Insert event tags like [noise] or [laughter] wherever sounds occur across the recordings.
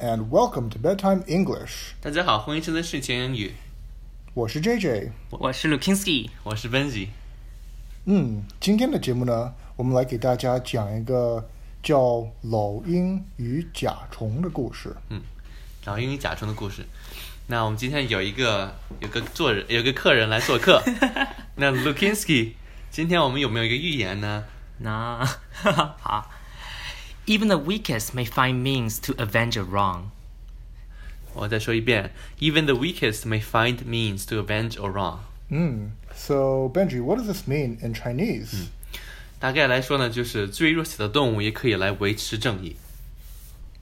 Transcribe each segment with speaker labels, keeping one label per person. Speaker 1: and welcome to Bedtime English.
Speaker 2: 大家好，欢迎收听睡前英语，
Speaker 1: 我是 JJ。
Speaker 3: 我是 Lukinsky，
Speaker 2: 我是 Benji。
Speaker 1: 嗯，今天的节目呢，我们来给大家讲一个叫老鹰与甲虫的故事。
Speaker 2: 嗯老鹰与甲虫的故事。那我们今天有一个有个做人有个客人来做客，那 Lukinsky，今天我们有没有一个预言呢？
Speaker 3: [laughs] 那好，Even the weakest may find means to avenge a wrong。
Speaker 2: 我再说一遍，Even the weakest may find means to avenge or wrong。
Speaker 1: 嗯，So Benji, what does this mean in Chinese?
Speaker 2: 大概来说呢，就是最弱小的动物也可以来维持正义，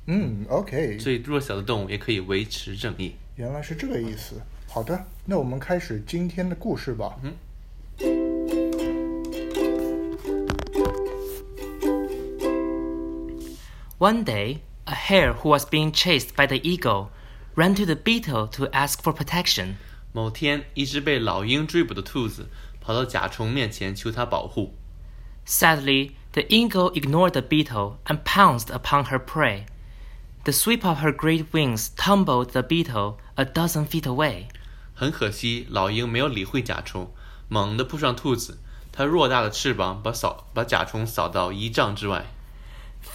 Speaker 1: 嗯 o k
Speaker 2: 最弱小的动物也可以维持正义。
Speaker 1: 原来是这个意思。好的，那我们开始今天的故事吧。嗯。
Speaker 3: One day, a hare who was being chased by the eagle ran to the beetle to ask for protection.
Speaker 2: 某天，一只被老鹰追捕的兔子跑到甲虫面前求它保护，
Speaker 3: Sadly, the eagle ignored the beetle and pounced upon her prey. The sweep of her great wings tumbled the beetle a dozen feet away.
Speaker 2: 很可惜，老鹰没有理会甲虫，猛地扑上兔子。它偌大的翅膀把扫把甲虫扫到一丈之外。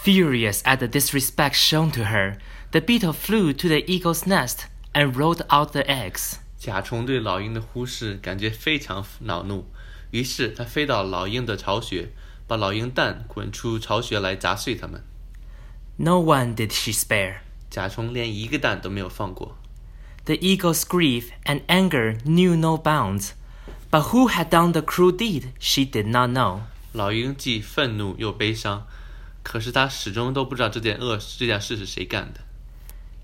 Speaker 3: Furious at the disrespect shown to her, the beetle flew to the eagle's nest and rolled out the eggs.
Speaker 2: 甲虫对老鹰的忽视感觉非常恼怒，于是它飞到老鹰的巢穴，把老鹰蛋滚出巢穴来砸碎它们。
Speaker 3: No one did she spare.
Speaker 2: 甲虫连一个蛋都没有放过。
Speaker 3: The eagle's grief and anger knew no bounds. But who had done the cruel deed she did not know.
Speaker 2: 老鹰既愤怒又悲伤，可是它始终都不知道这件恶这件事是谁干的。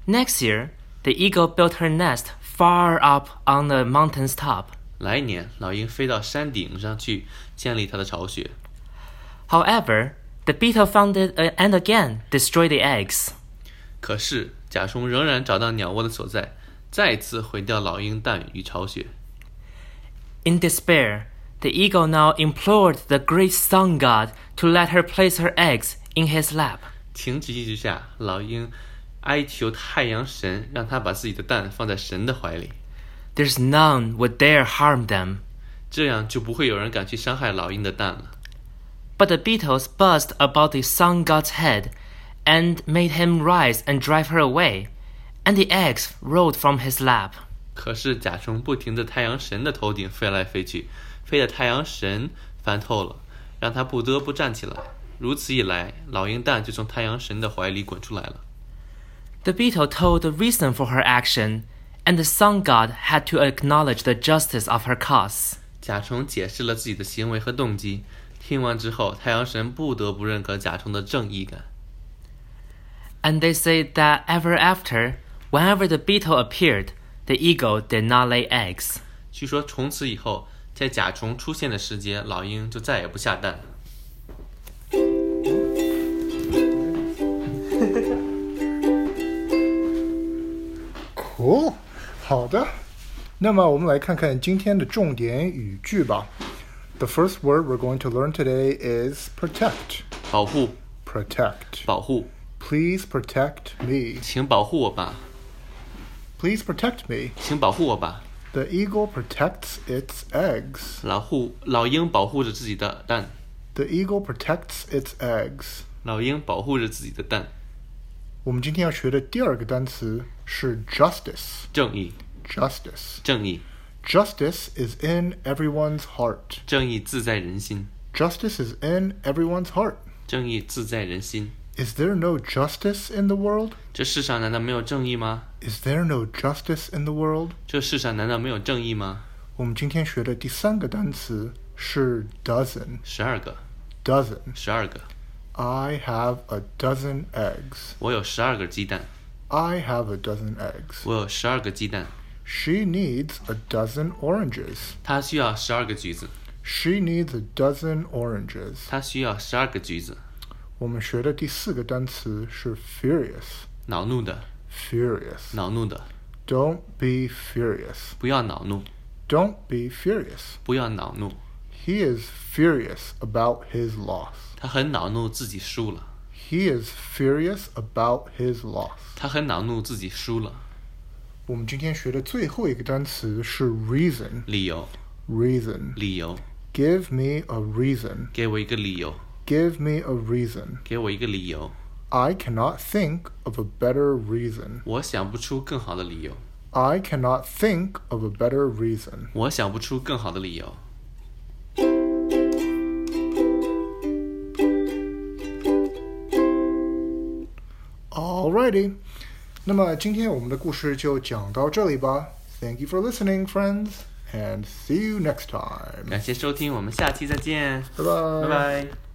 Speaker 3: Next year, the eagle built her nest far up on the mountain's top.
Speaker 2: 来年，老鹰飞到山顶上去建立它的巢穴，
Speaker 3: However, the beetle found it uh, and again destroyed the eggs.
Speaker 2: 可是甲虫仍然找到鸟窝的所在，再次毁掉老鹰蛋与巢穴。
Speaker 3: In despair, the eagle now implored the great sun god to let her place her eggs in his lap.
Speaker 2: 情急之下，老鹰哀求太阳神，让他把自己的蛋放在神的怀里，
Speaker 3: There's none would dare harm them.
Speaker 2: 这样就不会有人敢去伤害老鹰的蛋了。
Speaker 3: But the beetles buzzed about the sun god's head and made him rise and drive her away, and the eggs rolled from his lap.
Speaker 2: 可是甲虫不停在太阳神的头顶飞来飞去，飞得太阳神烦透了，让他不得不站起来。如此一来，老鹰蛋就从太阳神的怀里滚出来了。
Speaker 3: The beetle told the reason for her action, and the sun god had to acknowledge the justice of her cause.
Speaker 2: 甲虫解释了自己的行为和动机。听完之后，太阳神不得不认可甲虫的正义感。
Speaker 3: And they say that ever after, whenever the beetle appeared, the eagle did not lay eggs.
Speaker 2: 据说从此以后，在甲虫出现的时节，老鹰就再也不下蛋了。
Speaker 1: Cool，好的。那么我们来看看今天的重点语句吧。The first word we're going to learn today is protect.
Speaker 2: 保护，
Speaker 1: Protect.
Speaker 2: 保护，
Speaker 1: Please protect me.
Speaker 2: 请保护我吧，
Speaker 1: Please protect me.
Speaker 2: 请保护我吧。
Speaker 1: The eagle protects its eggs.
Speaker 2: 老虎，老鹰保护着自己的蛋，
Speaker 1: The eagle protects its eggs.
Speaker 2: 老鹰保护着自己的蛋。
Speaker 1: 我们今天要学的第二个单词是 justice.
Speaker 2: 正义，
Speaker 1: Justice.
Speaker 2: 正义，
Speaker 1: Justice is in everyone's heart.
Speaker 2: 正义自在人心，
Speaker 1: Justice is in everyone's heart.
Speaker 2: 正义自在人心。
Speaker 1: Is there no justice in the world?
Speaker 2: 这世上难道没有正义吗？
Speaker 1: Is there no justice in the world?
Speaker 2: 这世上难道没有正义吗？
Speaker 1: 我们今天学的第三个单词是 dozen。
Speaker 2: 十二个，
Speaker 1: Dozen.
Speaker 2: 十二个，
Speaker 1: I have a dozen eggs.
Speaker 2: 我有十二个鸡蛋，
Speaker 1: I have a dozen eggs.
Speaker 2: 我有十二个鸡蛋。
Speaker 1: She needs a dozen oranges.
Speaker 2: 他需要十二个橘子，
Speaker 1: She needs a dozen oranges.
Speaker 2: 他需要十二个橘子。
Speaker 1: 我们学的第四个单词是 furious.
Speaker 2: 恼怒的，
Speaker 1: Furious.
Speaker 2: 恼怒的，
Speaker 1: Don't be furious.
Speaker 2: 不要恼怒，
Speaker 1: Don't be furious.
Speaker 2: 不要恼怒。
Speaker 1: He is furious about his loss.
Speaker 2: 他很恼怒自己输了，
Speaker 1: He is furious about his loss.
Speaker 2: 他很恼怒自己输了。
Speaker 1: 我们今天学的最后一个单词是 reason。
Speaker 2: 理由，
Speaker 1: reason.
Speaker 2: 理由，
Speaker 1: Give me a reason.
Speaker 2: 给我一个理由，
Speaker 1: Give me a reason.
Speaker 2: 给我一个理由。
Speaker 1: I cannot think of a better reason.
Speaker 2: 我想不出更好的理由，
Speaker 1: I cannot think of a better reason.
Speaker 2: 我想不出更好的理由。
Speaker 1: Alrighty，那么今天我们的故事就讲到这里吧。Thank you for listening, friends, and see you next time.
Speaker 2: 感谢收听，我们下期再见，
Speaker 1: 拜拜。
Speaker 2: 拜拜